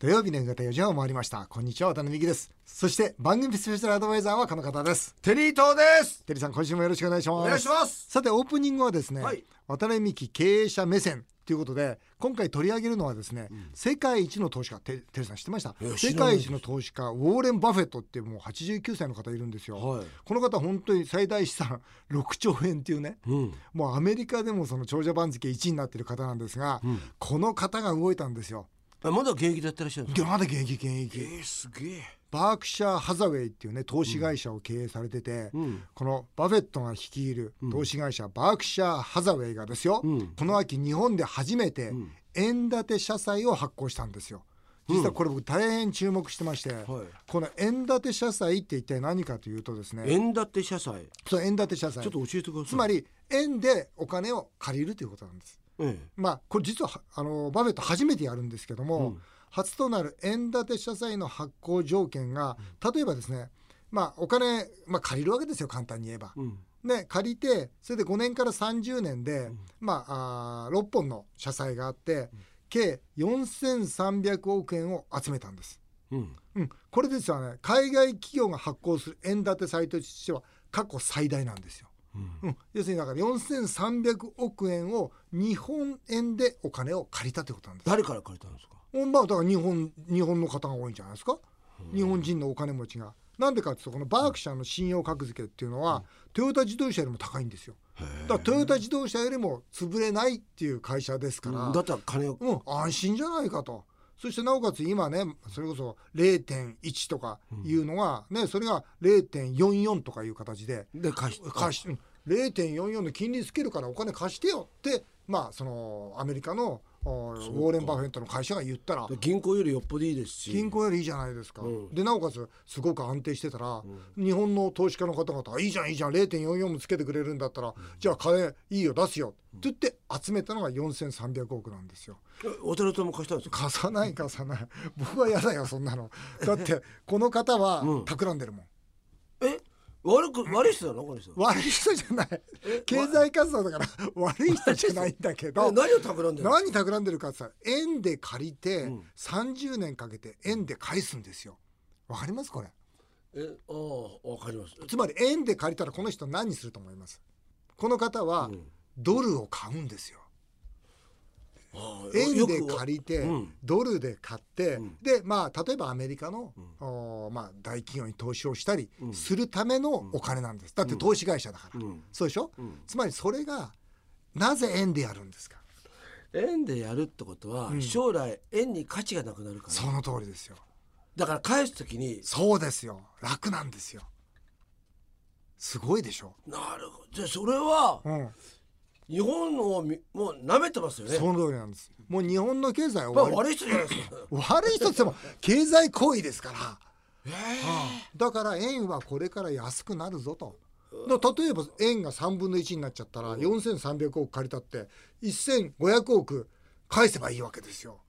土曜日の夕方4時半を回りましたこんにちは渡辺美希ですそして番組スペシャルアドバイザーはこの方ですテリー東ですテリーさん今週もよろしくお願いしますお願いしますさてオープニングはですね、はい渡辺美希経営者目線ということで今回取り上げるのはですね、世界一の投資家テテリーさん知ってましたいや知世らない界です一の投資家ウォーレン・バフェットっていうもう89歳の方いるんですよ、はいこの方本当に最大資産6兆 円っていうねうんもうアメリカでもその長者番付1位になってる方なんですが、んこの方が動いたんですよ。あまだ現役でやってらっしゃるんですでまだ現役現え役ー、すげえバークシャー・ハザウェイっていうね投資会社を経営されてて、うんこのバフェットが率いる投資会社、バークシャー・ハザウェイがですよ、うんこの秋日本で初めてん円建て社債を発行したんですよ。実はこれ僕大変注目してまして、この円建て社債って一体何かというとですね円建て社債そう円建て社債ちょっと教えてくださいつまり円でお金を借りるということなんです。えまあ、これ実ははあのバフェット初めてやるんですけども、うん初となる円建て社債の発行条件が例えばですね、まあ、お金、まあ、借りるわけですよ簡単に言えば。えうんで借りてそれで5年から30年で、まあ、あ6本の社債があって計4300億円を集めたんです。うんうん、これですよね海外企業が発行する円建て債としては過去最大なんですよ。うんうん、要するにだから4300億円を日本円でお金を借りたということなんです。誰から借りたんですかうんまあだから日本日本の方が多いんじゃないですか。日本人のお金持ちが。なんでかっていうとこのバークシャーの信用格付けっていうのは、トヨタ自動車よりも高いんですよ。だからトヨタ自動車よりも潰れないっていう会社ですから。うんだったら金をうん、安心じゃないかと。そしてなおかつ今ねそれこそ0.1とかいうのが、ねそれが0.44とかいう形でで貸し貸しうん0.44の金利つけるからお金貸してよってまあそのアメリカのおウォーレン・バフェットの会社が言ったら銀行よりよっぽどいいですし銀行よりいいじゃないですか、うんでなおかつすごく安定してたら、日本の投資家の方々いいじゃんいいじゃん0.44もつけてくれるんだったら、じゃあ金いいよ出すよって言って集めたのが4300億なんですよ。え渡辺さんも貸したんですか貸さない貸さない僕は嫌だよそんな のだってこの方はん企んでるもん、え悪く悪い人なのこの人悪い人じゃない経済活動だから悪い人じゃないんだけえど 何を企んでるの何企んでるかってさ円で借りて30年かけて円で返すんですよわかりますこれえああわかりますつまり円で借りたらこの人何すると思いますこの方はうんドルを買うんですよ、ああ円よでくわ借りて、うんドルで買って、んでまあ例えばアメリカの、おーまあ、大企業に投資をしたりするためのお金なんですだって投資会社だから、うんそうでしょ、つまりそれがなぜ円でやるんですか円でやるってことは、将来円に価値がなくなるからその通りですよだから返すときにそうですよ楽なんですよすごいでしょ、なるほどじゃあそれはうん、日本をみもう舐めてますよねその通りなんですもう日本の経済はまあ終わり悪い人じゃないですか 悪い人って言って も経済行為ですからえだから円はこれから安くなるぞと。だから例えば円が3分の1になっちゃったら4300億借りたって1500億返せばいいわけですよ。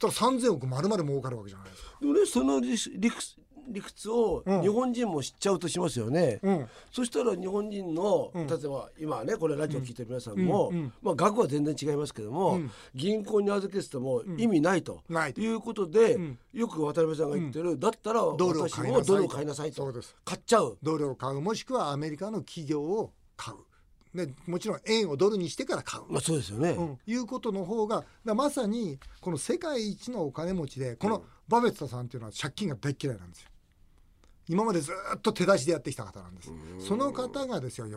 そしたら3000億丸々儲かるわけじゃないですか。え俺その理理屈理屈をうん日本人も知っちゃうとしますよね、うん、そしたら日本人の、ん例えば今ねこれラジオ聞いてる皆さんも、うんうんまあ、額は全然違いますけどうも、ん銀行に預けてても意味ないと、ないということで、んよく渡辺さんが言ってる、だったらドルを私買いもなさいとドルを買いなさいとそうです買っちゃうドルを買うもしくはアメリカの企業を買う、ね、もちろん円をドルにしてから買う。まあそうですよね、うん、いうことの方がだからまさにこの世界一のお金持ちでこのバフェットさんっていうのは借金が大っ嫌いなんですよ。今までずっと手出しでやってきた方なんです。その方がですよ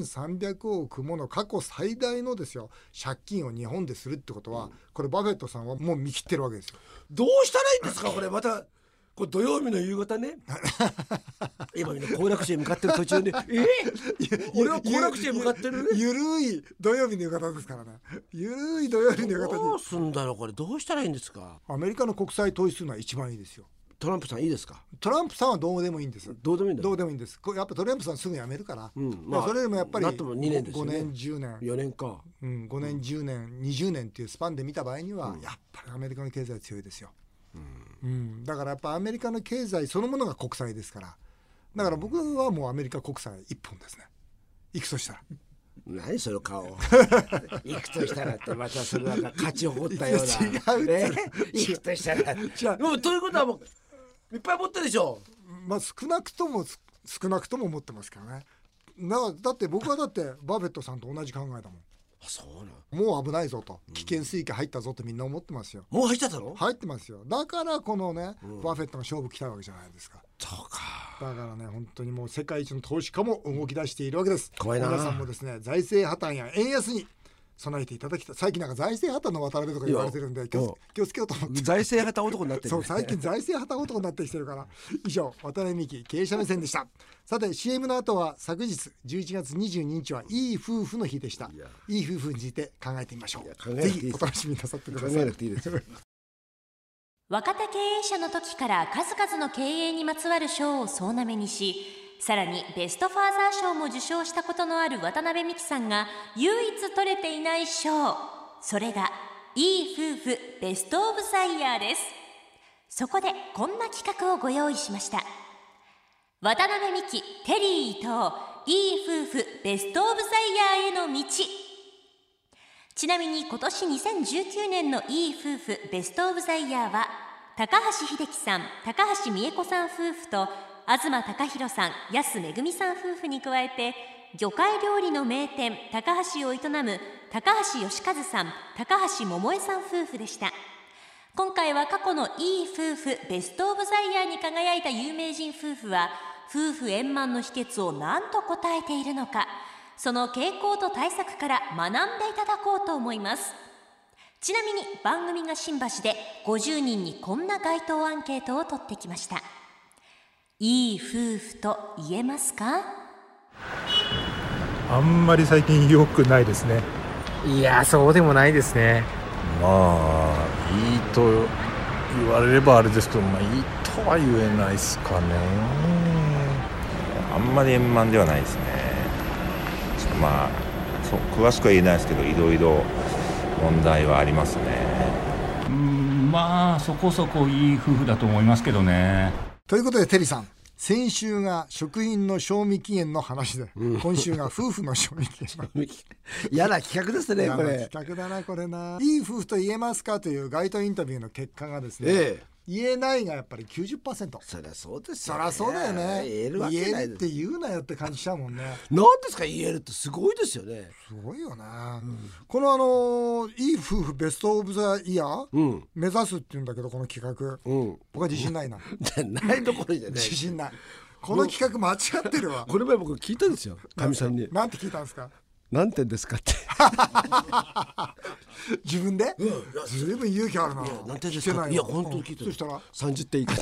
4300億もの過去最大のですよ借金を日本でするってことは、これバフェットさんはもう見切ってるわけですよ。どうしたらいいんですかこれまたこれ土曜日の夕方ね今みんな行楽地へ向かってる途中で「え俺は行楽地へ向かってるねゆゆるい土曜日の夕方ですからね。ゆるい土曜日の夕方どにうすんだろうこれどうしたらいいんですかアメリカの国債投資するのは一番いいですよ。トランプさんいいですかトランプさんはどうでもいいんです。どうでもいいんだどようでもいいんです。これやっぱトランプさんすぐ辞めるから。うんままあ、あそれでもやっぱりなっても二年ですよね5年10年、 4年かうん、5年10年、20年っていうスパンで見た場合には、やっぱりアメリカの経済は強いですよ、うんだからやっぱアメリカの経済そのものが国債ですからだから僕はもうアメリカ国債一本ですねいくとしたら何その顔いくとしたらってまたそれなんか勝ち誇ったような違う違うねいくとしたら違うもうということはもういっぱい持ってるでしょまあ少なくともす少なくとも持ってますけどねだだって僕はだってバベットさんと同じ考えだもんあそうなのもう危ないぞと危険水域入ったぞとみんな思ってますよもう入っちゃったの入ってますよだからこのね、うんバフェットの勝負来たわけじゃないですかそうかだからね本当にもう世界一の投資家も動き出しているわけです怖いな皆さんもですね財政破綻や円安に備えていただきたい最近なんか財政破綻の渡辺とか言われてるんで気うんを気をつけようと思って財政破綻男になってそう最近財政破綻男になってきてるから以上渡辺美希経営者目線でしたさて CM の後は昨日11月22日はいい夫婦の日でしたいやいい夫婦について考えてみましょいや考えうなくてぜいいですひお楽しみなさってく考ださえいなくていいですよ若手経営者の時から数々の経営にまつわる賞を総なめにしさらにベストファーザー賞も受賞したことのある渡辺美樹さんが唯一取れていない賞それがいい夫婦ベスト・オブ・ザ・イヤーですそこでこんな企画をご用意しました渡辺美樹テリー伊藤いい夫婦ベスト・オブ・ザ・イヤーへの道ちなみに今年2019年のいい夫婦ベストオブザイヤーは高橋秀樹さん高橋美恵子さん夫婦と東貴弘さん安めぐみさん夫婦に加えて魚介料理の名店高橋を営む高橋義和さん高橋桃江さん夫婦でした今回は過去のいい夫婦ベスト・オブ・ザ・イヤーに輝いた有名人夫婦は夫婦円満の秘訣を何と答えているのかその傾向と対策から学んでいただこうと思いますちなみに番組が新橋で50人にこんな街頭アンケートを取ってきましたいい夫婦と言えますかあんまり最近良くないですね。いやそうでもないですねまあいいと言われればあれですけど、まあ、いいとは言えないですかねあんまり円満ではないですね。ちょっとまあそう詳しくは言えないですけど、いろいろ問題はありますね。うんまあそこそこいい夫婦だと思いますけどねということでテリーさん先週が食品の賞味期限の話で、今週が夫婦の賞味期限 の話 嫌な企画ですねこれ企画だなこれないい夫婦と言えますかという街頭インタビューの結果がですね、ええ言えないがやっぱり90%そりゃそうですそりゃそうだよね言えるわけ言なえいるっですて言うなよって感じしちゃうもんね何ですか言えるってすごいですよねすごいよね、このあのーいい夫婦ベストオブザイヤー、うん目指すって言うんだけどこの企画うん僕は自信ない なないところじゃ ない自信ないこの企画間違ってる わこの前僕聞いたんですよかみさんになんて聞いたんですか何点ですかって自分で、ずいぶん勇気あるな何点ですかいや本当に聞いたそしたら30点いくつ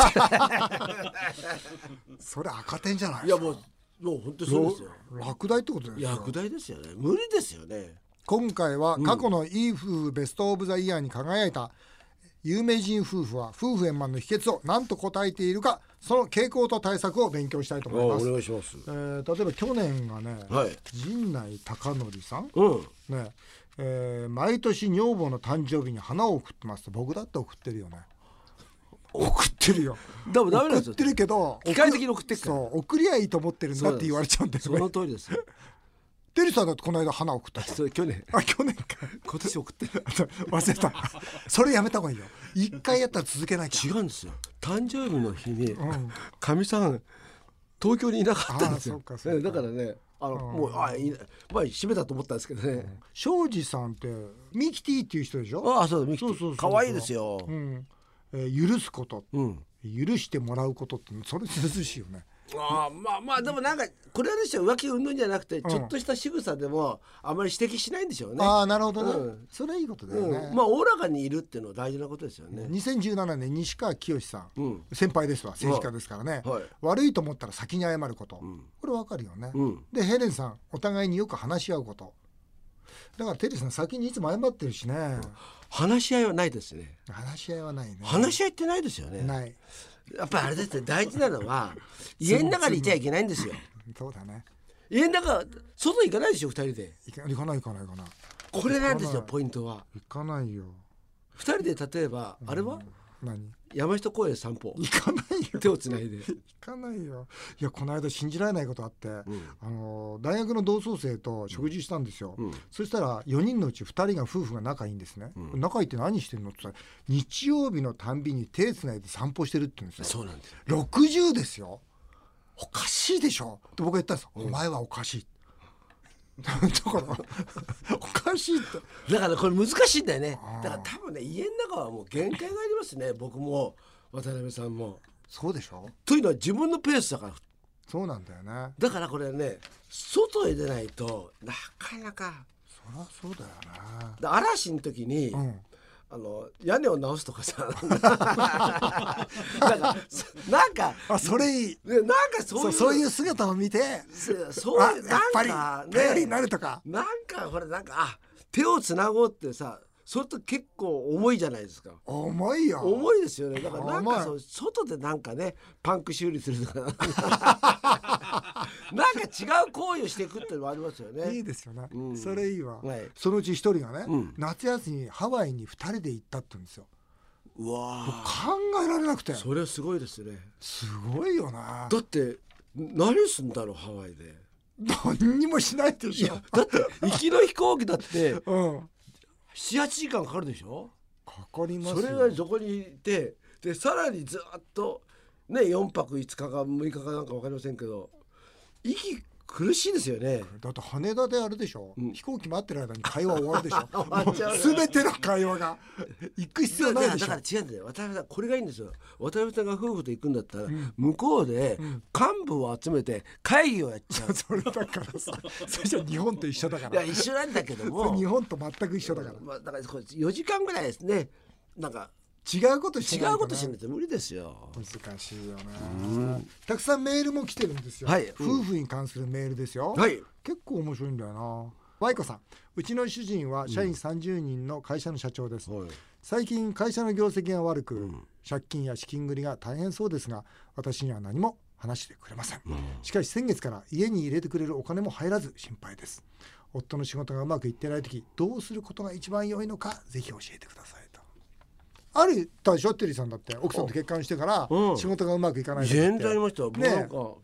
それ赤点じゃない いやもうもう本当にそう ですよ落第ってことですよ役大ですよね無理ですよね今回は過去のいい夫婦ベストオブザイヤーに輝いた有名人夫婦は夫婦円満の秘訣を何と答えているかその傾向と対策を勉強したいと思います、いしますえー例えば去年がね、はい陣内孝則さん、うんねえー毎年女房の誕生日に花を送ってますと僕だって送ってるよね送ってるよでもダメなんで送すよってるけど機械的に送ってっからそう送りゃいいと思ってるんだって言われちゃうんですそのよ通りですよテリーさんだってこの間花を送ったそれ去年あ去年か今年送ってる忘れたそれやめた方がいいよ一回やったら続けなき違ゃうんですよ誕生日の日にんかみ、さん東京にいなかったんですあーそうよかそうかえだからねあの、もうあいなまあ閉めたと思ったんですけどね、庄司さんってミキティっていう人でしょ、ああそうだミキティそうそうそう可愛いですよ、うんえー許すことうん許してもらうことってそれ涼しいよねあーまあまあでもなんかこれはですよ浮気云々じゃなくて、ちょっとした仕草でもあまり指摘しないんでしょうね。ああなるほどね、うんそれはいいことだよね、うん、まあおおらかにいるっていうのは大事なことですよね。 2017年西川きよしさん、うん先輩ですわ政治家ですからね、はい悪いと思ったら先に謝ること、これわかるよね、うんでヘレンさんお互いによく話し合うことだからテリーさん先にいつも謝ってるしね、話し合いはないですね。話し合いはないね話し合いってないですよね。ないやっぱりあれですね大事なの は家の中にいちゃいけないんですよ。そうだね家の中外行かないでしょ二人で。いか行かない行かない行かないこれなんです行かよないポイントは。行かないよ二人で例えばあれは何山下公園散 歩行かないよ手をつないで、行かないよいやこの間信じられないことあって、うんあの大学の同窓生と食事したんですよ、うんそしたら4人のうち2人が夫婦が仲いいんですね、うん仲いいって何してるのって言ったら日曜日のたんびに手つないで散歩してるって言うんですよそうなんですよ60ですよおかしいでしょって僕が言ったんです、お前はおかしい だからおかしいってだからこれ難しいんだよねあーだから多分ね家の中はもう限界がありますね僕も渡辺さんもそうでしょというのは自分のペースだからそうなんだよねだからこれね外へ出ないとなかなかそりゃそうだよだ嵐の時に、ねあの屋根を直すとかさなんかそなんかうんあそれいいねなんかそそうういうそういう姿を見てそうそうあいうやっぱりなんか頼りにねなるとかなんかほらなんかあ手をつなごうってさそれと結構重いじゃないですか重いよ重いですよねだからなん重かいそう外でなんかねパンク修理すると かなんか違う行為をしていくっていうのもありますよいねいですよね、うんそれいいわ、はいそのうち一人がね、うん夏休みにハワイに二人で行ったって言うんですようわ考えられなくてーそれはすごいですねすごいよなだって何すんだろうハワイで何にもしないでいしょやだって行きの飛行機だってうん78時間かかるでしょかかりますそよれがどこにいてでさらにずっとね4泊5日か6日かなんか分かりませんけど息苦しいですよねだって羽田であれでしょ、うん飛行機待ってる間に会話終わるでしょ 終わっちゃうよも全ての会話 が行く必要ないでしだからょ違うんだよ渡辺さんこれがいいんですよ渡辺さんが夫婦と行くんだったら、向こうで幹部を集めて会議をやっちゃ う、それだからさそれじゃ日本と一緒だかいやら一緒なんだけどそれ も日本と全く一緒だからまあ、だからこれ4時間ぐらいですねなんか違うことし違てないうとねことしないと無理ですよ難しいよね、たくさんメールも来てるんですよ、はいうん夫婦に関するメールですよ、はい結構面白いんだよなワイコさんうちの主人は社員30人の会社の社長です、はい最近会社の業績が悪く、借金や資金繰りが大変そうですが私には何も話してくれません、しかし先月から家に入れてくれるお金も入らず心配です夫の仕事がうまくいってない時どうすることが一番良いのかぜひ教えてくださいとあるたでしょテリーさんだって奥さんと結婚してからうん仕事がうまくいかない時って全然ありましたよもうねえなんか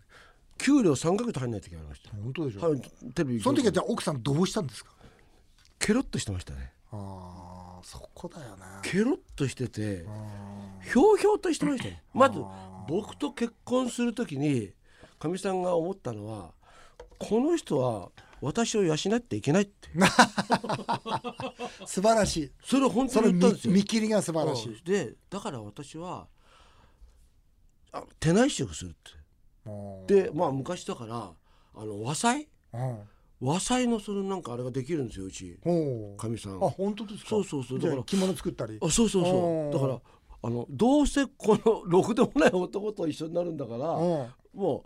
給料3ヶ月入んない時ありました本当でしょ、はい、テレビその時はじゃあ奥さんどうしたんですかケロッとしてましたねああそこだよねケロッとしててひょうひょうとしてましたねまず僕と結婚する時にかみさんが思ったのはこの人は私を養っていけないって素晴らしいそれを本当そにの言見ったんですよ見切りが素晴らしいうんでだから私はあ手内職するっうんてでまあ昔だからあの和裁うん和裁のそのなんかあれができるんですようちほかみさんうあ本当ですかそうそうそうじゃあだから着物作ったりあそうそううそんうだからあのどうせこのろくでもない男と一緒になるんだからうんもうも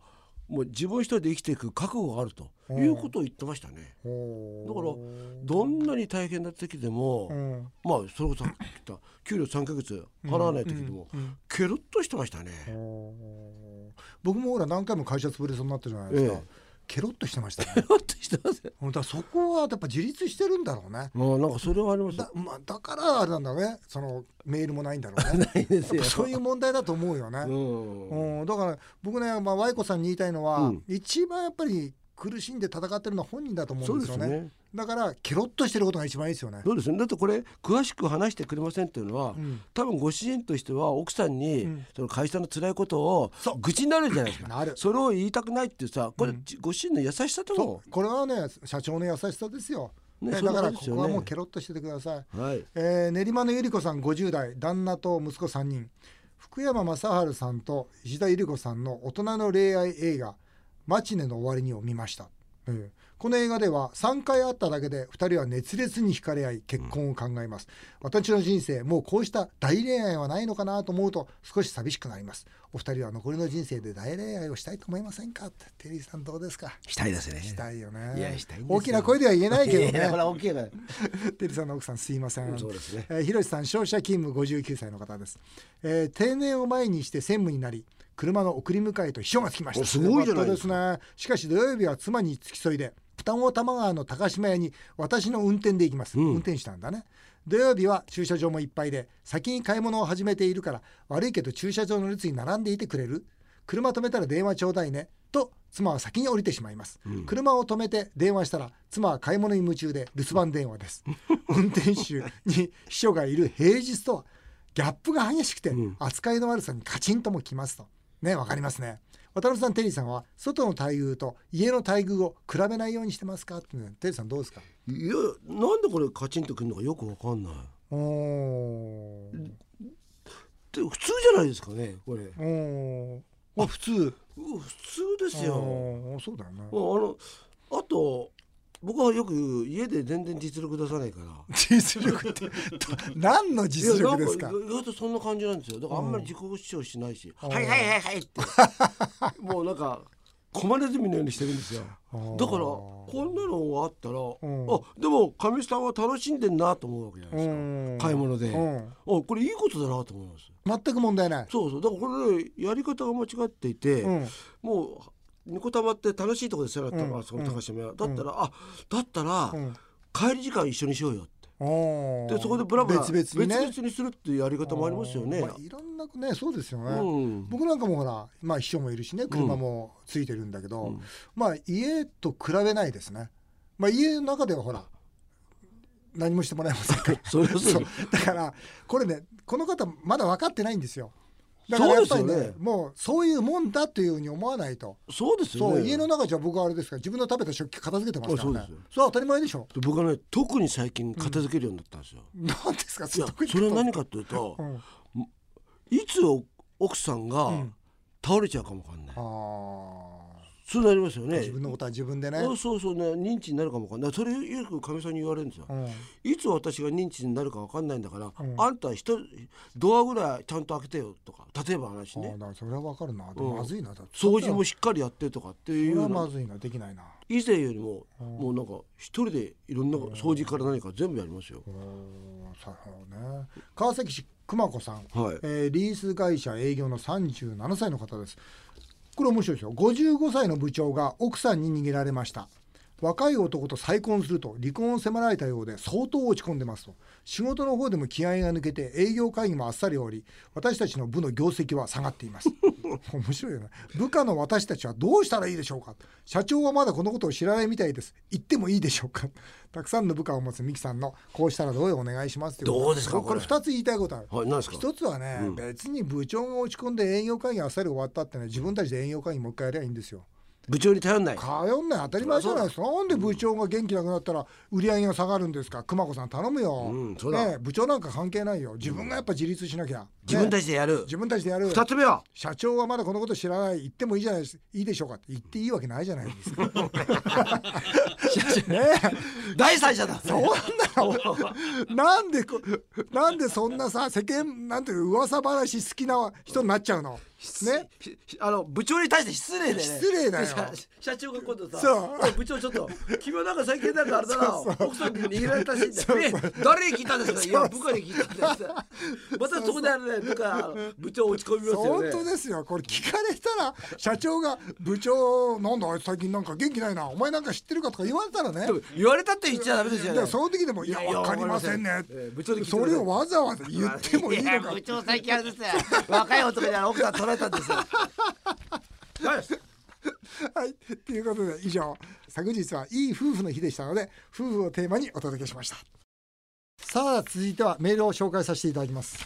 う自分一人で生きていく覚悟があるということを言ってましたねだからほどんなに大変な時でも、ううんまあそれこそさっき言った給料3ヶ月払わない時でも、ケロッとしてましたね、僕もほら何回も会社潰れそうになったじゃないですか、ええケロッとしてました ねケロッとしてますよだからそこはやっぱ自立してるんだろうねもうなんかそれはありますだ,、まあ、だからあれなんだろうねそのメールもないんだろうね ないですよやっぱそういう問題だと思うよね、うんうん、だから僕ね、まあ、ワイコさんに言いたいのは、うん一番やっぱり苦しんで戦ってるのは本人だと思うんですよねそうですねだからケロッとしてることが一番いいですよねそうですねだってこれ詳しく話してくれませんっていうのは、ん多分ご主人としては奥さんに、その会社の辛いことを愚痴になるじゃないですか なるそれを言いたくないっていうさこれ、じご主人の優しさともこれはね社長の優しさですよ、ねねそうだからでこすよこねはもうケロッとしててくださいはいえー練馬のゆり子さん50代旦那と息子3人福山雅治さんと石田ゆり子さんの大人の恋愛映画「マチネの終わりに」を見ました、えーこの映画では3回会っただけで2人は熱烈に惹かれ合い結婚を考えます、私の人生もうこうした大恋愛はないのかなと思うと少し寂しくなりますお二人は残りの人生で大恋愛をしたいと思いませんかってテリーさんどうですかしたいですねしたいよねいやしたいんですよ大きな声では言えないけどいやねほら大きいから テリーさんの奥さんすいません。そうですねえーひろしさん商社勤務59歳の方です、えー定年を前にして専務になり、車の送り迎えと秘書がつきました。おすごいじゃないよかでったですすね。しかし土曜日は妻に付き添いで、二子玉川の高島屋に私の運転で行きます。運転手なんだね。土曜日は駐車場もいっぱいで先に買い物を始めているから悪いけど駐車場の列に並んでいてくれる車止めたら電話ちょうだいねと妻は先に降りてしまいます、車を止めて電話したら妻は買い物に夢中で留守番電話です 運転手に秘書がいる平日とはギャップが激しくて、扱いの悪さにカチンともきますとねわかりますね渡辺さんテリーさんは外の待遇と家の待遇を比べないようにしてますかって、ね、テリーさんどうですかいやなんでこれカチンとくるのかよくわかんないおおで普通じゃないですかねこれうおーあ普通普通ですよおーそうだよねあのあと僕はよく家で全然実力出さないから実力ってど何の実力ですかいやなんか意外とそんな感じなんですよだからあんまり自己主張しないし「はいはいはいはい」ってもうなんか駒ネズミのようにしてるんですよだからこんなのがあったら、んあでもかみさんは楽しんでんなと思うわけじゃないですか、うん買い物で、うあんこれいいことだなと思います全く問題ないそうそうだからこれねやり方が間違っていて、うんもうニコ玉って楽しいとこですよ、んあそこの高島屋だったら、あだったら、うん帰り時間一緒にしようよっておーでそこでブラブラ別々にね々にするっていうやり方もありますよね。まあ、いろんなねそうですよね、うん僕なんかもほらまあ秘書もいるしね車もついてるんだけど、まあ家と比べないですねまあ家の中ではほら何もしてもらえませんから それはそうそうだからこれねこの方まだ分かってないんですよだからやっぱりそうねですよねもうそういうもんだというふうに思わないとそうですよそね。う家の中じゃ僕はあれですから自分の食べた食器片付けてますからねあそうですよそれは当たり前でしょで僕はね特に最近片付けるようになったんですよ。何ですかいや特にそれは何かというと、んいつ奥さんがん倒れちゃうかもわかんない。あーそうなりますよね。自分のことは自分でね、あそうそうね認知になるかもわかんないそれよくかみさんに言われるんですよ、んいつ私が認知になるかわかんないんだから、あんた一人ドアぐらいちゃんと開けてよとか例えば話ああねだからそれはわかるなでもまずいなだって掃除もしっかりやってとかっそていれうよはうなまずいなできないな以前よりも、もうなんか一人でいろんな掃除から何か全部やりますよ、うんそうね川崎市熊子さん、はいえーリース会社営業の37歳の方ですこれ面白いですよ55歳の部長が奥さんに逃げられました若い男と再婚すると離婚を迫られたようで相当落ち込んでますと仕事の方でも気合が抜けて営業会議もあっさり終わり私たちの部の業績は下がっています 面白いよね部下の私たちはどうしたらいいでしょうか社長はまだこのことを知らないみたいです言ってもいいでしょうかたくさんの部下を持つミキさんのこうしたらどうよお願いしますといことどうですか僕これこ2つ言いたいことある、はい何ですか一つはね、別に部長が落ち込んで営業会議あっさり終わったってね自分たちで営業会議もう一回やりゃいいんですよ部長に頼んない通んない当たり前じゃないですかなんで部長が元気なくなったら売り上げが下がるんですか熊子さん頼むよ、うんそうだねえ部長なんか関係ないよ自分がやっぱ自立しなきゃ、ね自分たちでやる自分たちでやる二つ目は社長はまだこのこと知らない言ってもいいじゃないですいいでしょうかって言っていいわけないじゃないですかねえ第三者だそんなの なんでこなんでそんなさ世間なんていう噂話好きな人になっちゃうのねひひあの部長に対して失礼でね失礼 だよで社社長が今度さそう部長ちょっと君はなんか最近なんかあれだな奥さんに逃げられたらしいんだよね誰に聞いたんですかいや部下に聞いたんですまたそこであれねなんかあの部長落ち込みますよ本ね当ですよこれ聞かれたら社長が部長なんだあいつ最近なんか元気ないなお前なんか知ってるかとか言われたらねでも言われたって言っちゃダメですだよねからその時でも「いやいやいやわかりませんねわかりませんええ部長に聞い」てくださいそれをわざわざ言ってもいいのか部長最近あれですよ。若い男にあの奥さん取られたんですよはいはいということで以上昨日はいい夫婦の日でしたので夫婦をテーマにお届けしましたさあ続いてはメールを紹介させていただきます、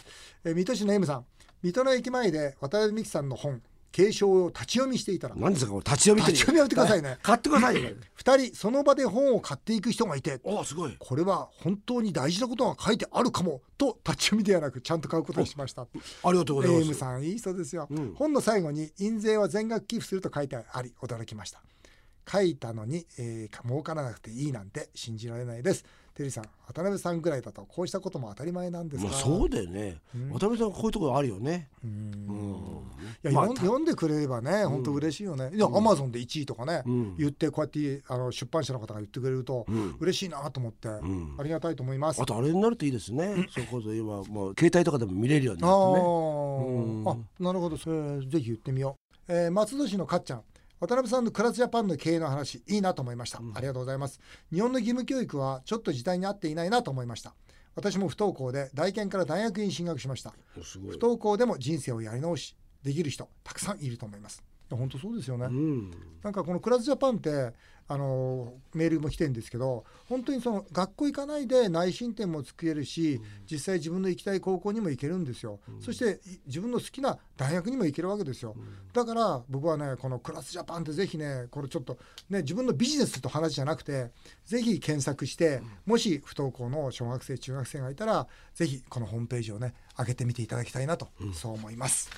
えー水戸市の M さん水戸の駅前で渡辺美樹さんの本継承を立ち読みしていたら何ですかこれ立ち読みって立ち読みやめてくださいね買ってくださいよ二人その場で本を買っていく人がいておすごいこれは本当に大事なことが書いてあるかもと立ち読みではなくちゃんと買うことにしましたありがとうございます AM さんいい人ですよ、本の最後に印税は全額寄付すると書いてあり驚きました書いたのに、えー、儲からなくていいなんて信じられないですテリーさん渡辺さんぐらいだとこうしたことも当たり前なんですまが、あそうだよね渡辺さんこういうところあるよねいや、まあ読ん読んでくれればね本当嬉しいよね、いやアマゾンで1位とかね、言ってこうやってあの出版社の方が言ってくれると嬉しいなと思って、ありがたいと思いますあとあれになるといいですね。それこそ今もう携帯とかでも見れるようにあなってね。ーあなるほどそれぜひ言ってみよう、えー松戸市のかっちゃん渡辺さんのクラスジャパンの経営の話いいなと思いました、ありがとうございます日本の義務教育はちょっと時代に合っていないなと思いました私も不登校で大研から大学院進学しましたおすご不い。登校でも人生をやり直しできる人たくさんいると思いますいや本当そうですよね、うん。なんかこのクラスジャパンってあのメールも来てるんですけど本当にその学校行かないで内申点も作れるし、実際自分の行きたい高校にも行けるんですよ、そしてい自分の好きな大学にも行けるわけですよ、だから僕はねこのクラスジャパンってぜひねこれちょっとね自分のビジネスと話じゃなくてぜひ検索して、もし不登校の小学生中学生がいたらぜひこのホームページをね上げてみていただきたいなと、そう思います。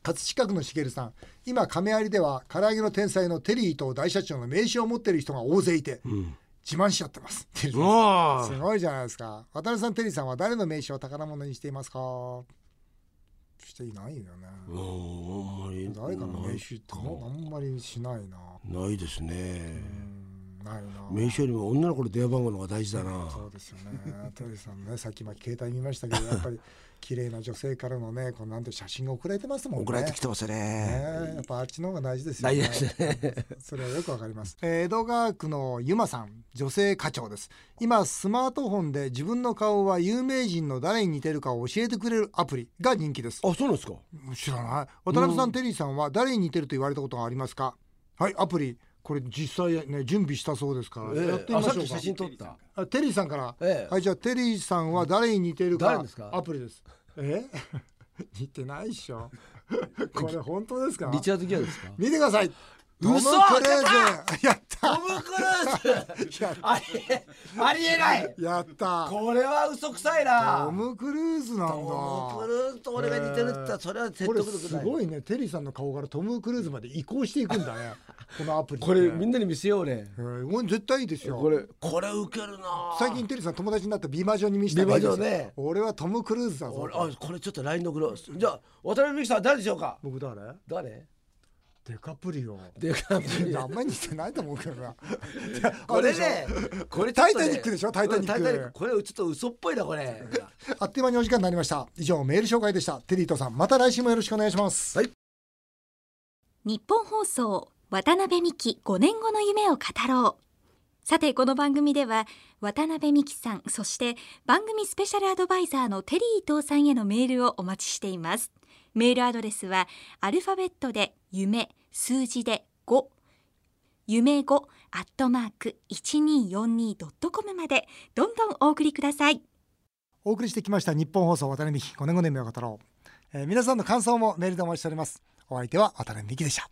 葛飾区のしげるさん今亀有では唐揚げの天才のテリーと大社長の名刺を持ってる人が大勢いて、自慢しちゃってますすうわあ。ごいじゃない ですか渡辺さんテリーさんは誰の名刺を宝物にしていますかしていないよねうんあんまり誰かの名刺ってかあんまりしないなないですね。うんないな名刺よりも女の子の電話番号の方が大事だな。そうですよね。テリーさんね、さっきまあ携帯見ましたけど、やっ ぱり綺麗な女性からのね、こうなんて写真が送られてますもんね。送られてきてますね。ねやっぱあっちの方が大事ですよね。大事です それはよくわかります。えー江戸川区のゆまさん、女性課長です。今スマートフォンで自分の顔は有名人の誰に似てるかを教えてくれるアプリが人気です。 あ、そうなんですか。知らない。渡辺さん、テリーさんは誰に似てると言われたことがありますか。はい、アプリ。これ実際ね準備したそうですから、やってみましょうあさっか。き写真撮った。あテリーさんから、ええはいじゃあテリーさんは誰に似てるか誰ですかアプリですえ 似てないっし ょこれ本当ですかリチャードギアですか。見てくださいトム・ク嘘ルーズやったトムクルーズ。ありえ、ありえない。やったこれは嘘くさいトな。ム・クルーズなんだトムクルーズと俺が似てるって言ったらそれは説こ得れ力すない。ごいねテリーさんの顔からトム・クルーズまで移行していくんだねこのアプリこれみんななに見せようね。絶対いいですよこれこれウケるな。最近テリーさん友達になった美魔女に見せたらいいですよ美魔女ね俺はトム・クルーズだ俺ぞあこれちょっとラインのグロー。じゃあ渡辺美樹さん誰でしょうか。僕誰誰？デカプリオでかいやあんまり似てないと思うけど な。いやこれあれねでしょ、これちょっとねタイタニックでしょタイタニックうんこれちょっと嘘っぽいなこれ。あっという間にお時間になりました。以上メール紹介でした。テリーとさん、また来週もよろしくお願いします。日本放送渡辺美希5年後の夢を語ろうさてこの番組では渡辺美希さんそして番組スペシャルアドバイザーのテリー伊藤さんへのメールをお待ちしていますメールアドレスはアルファベットで夢数字で5夢5アットマーク 1242.com までどんどんお送りくださいお送りしてきました日本放送渡辺美希5年5年目を語ろう、えー皆さんの感想もメールでお待ちしております。お相手は渡辺美希でした。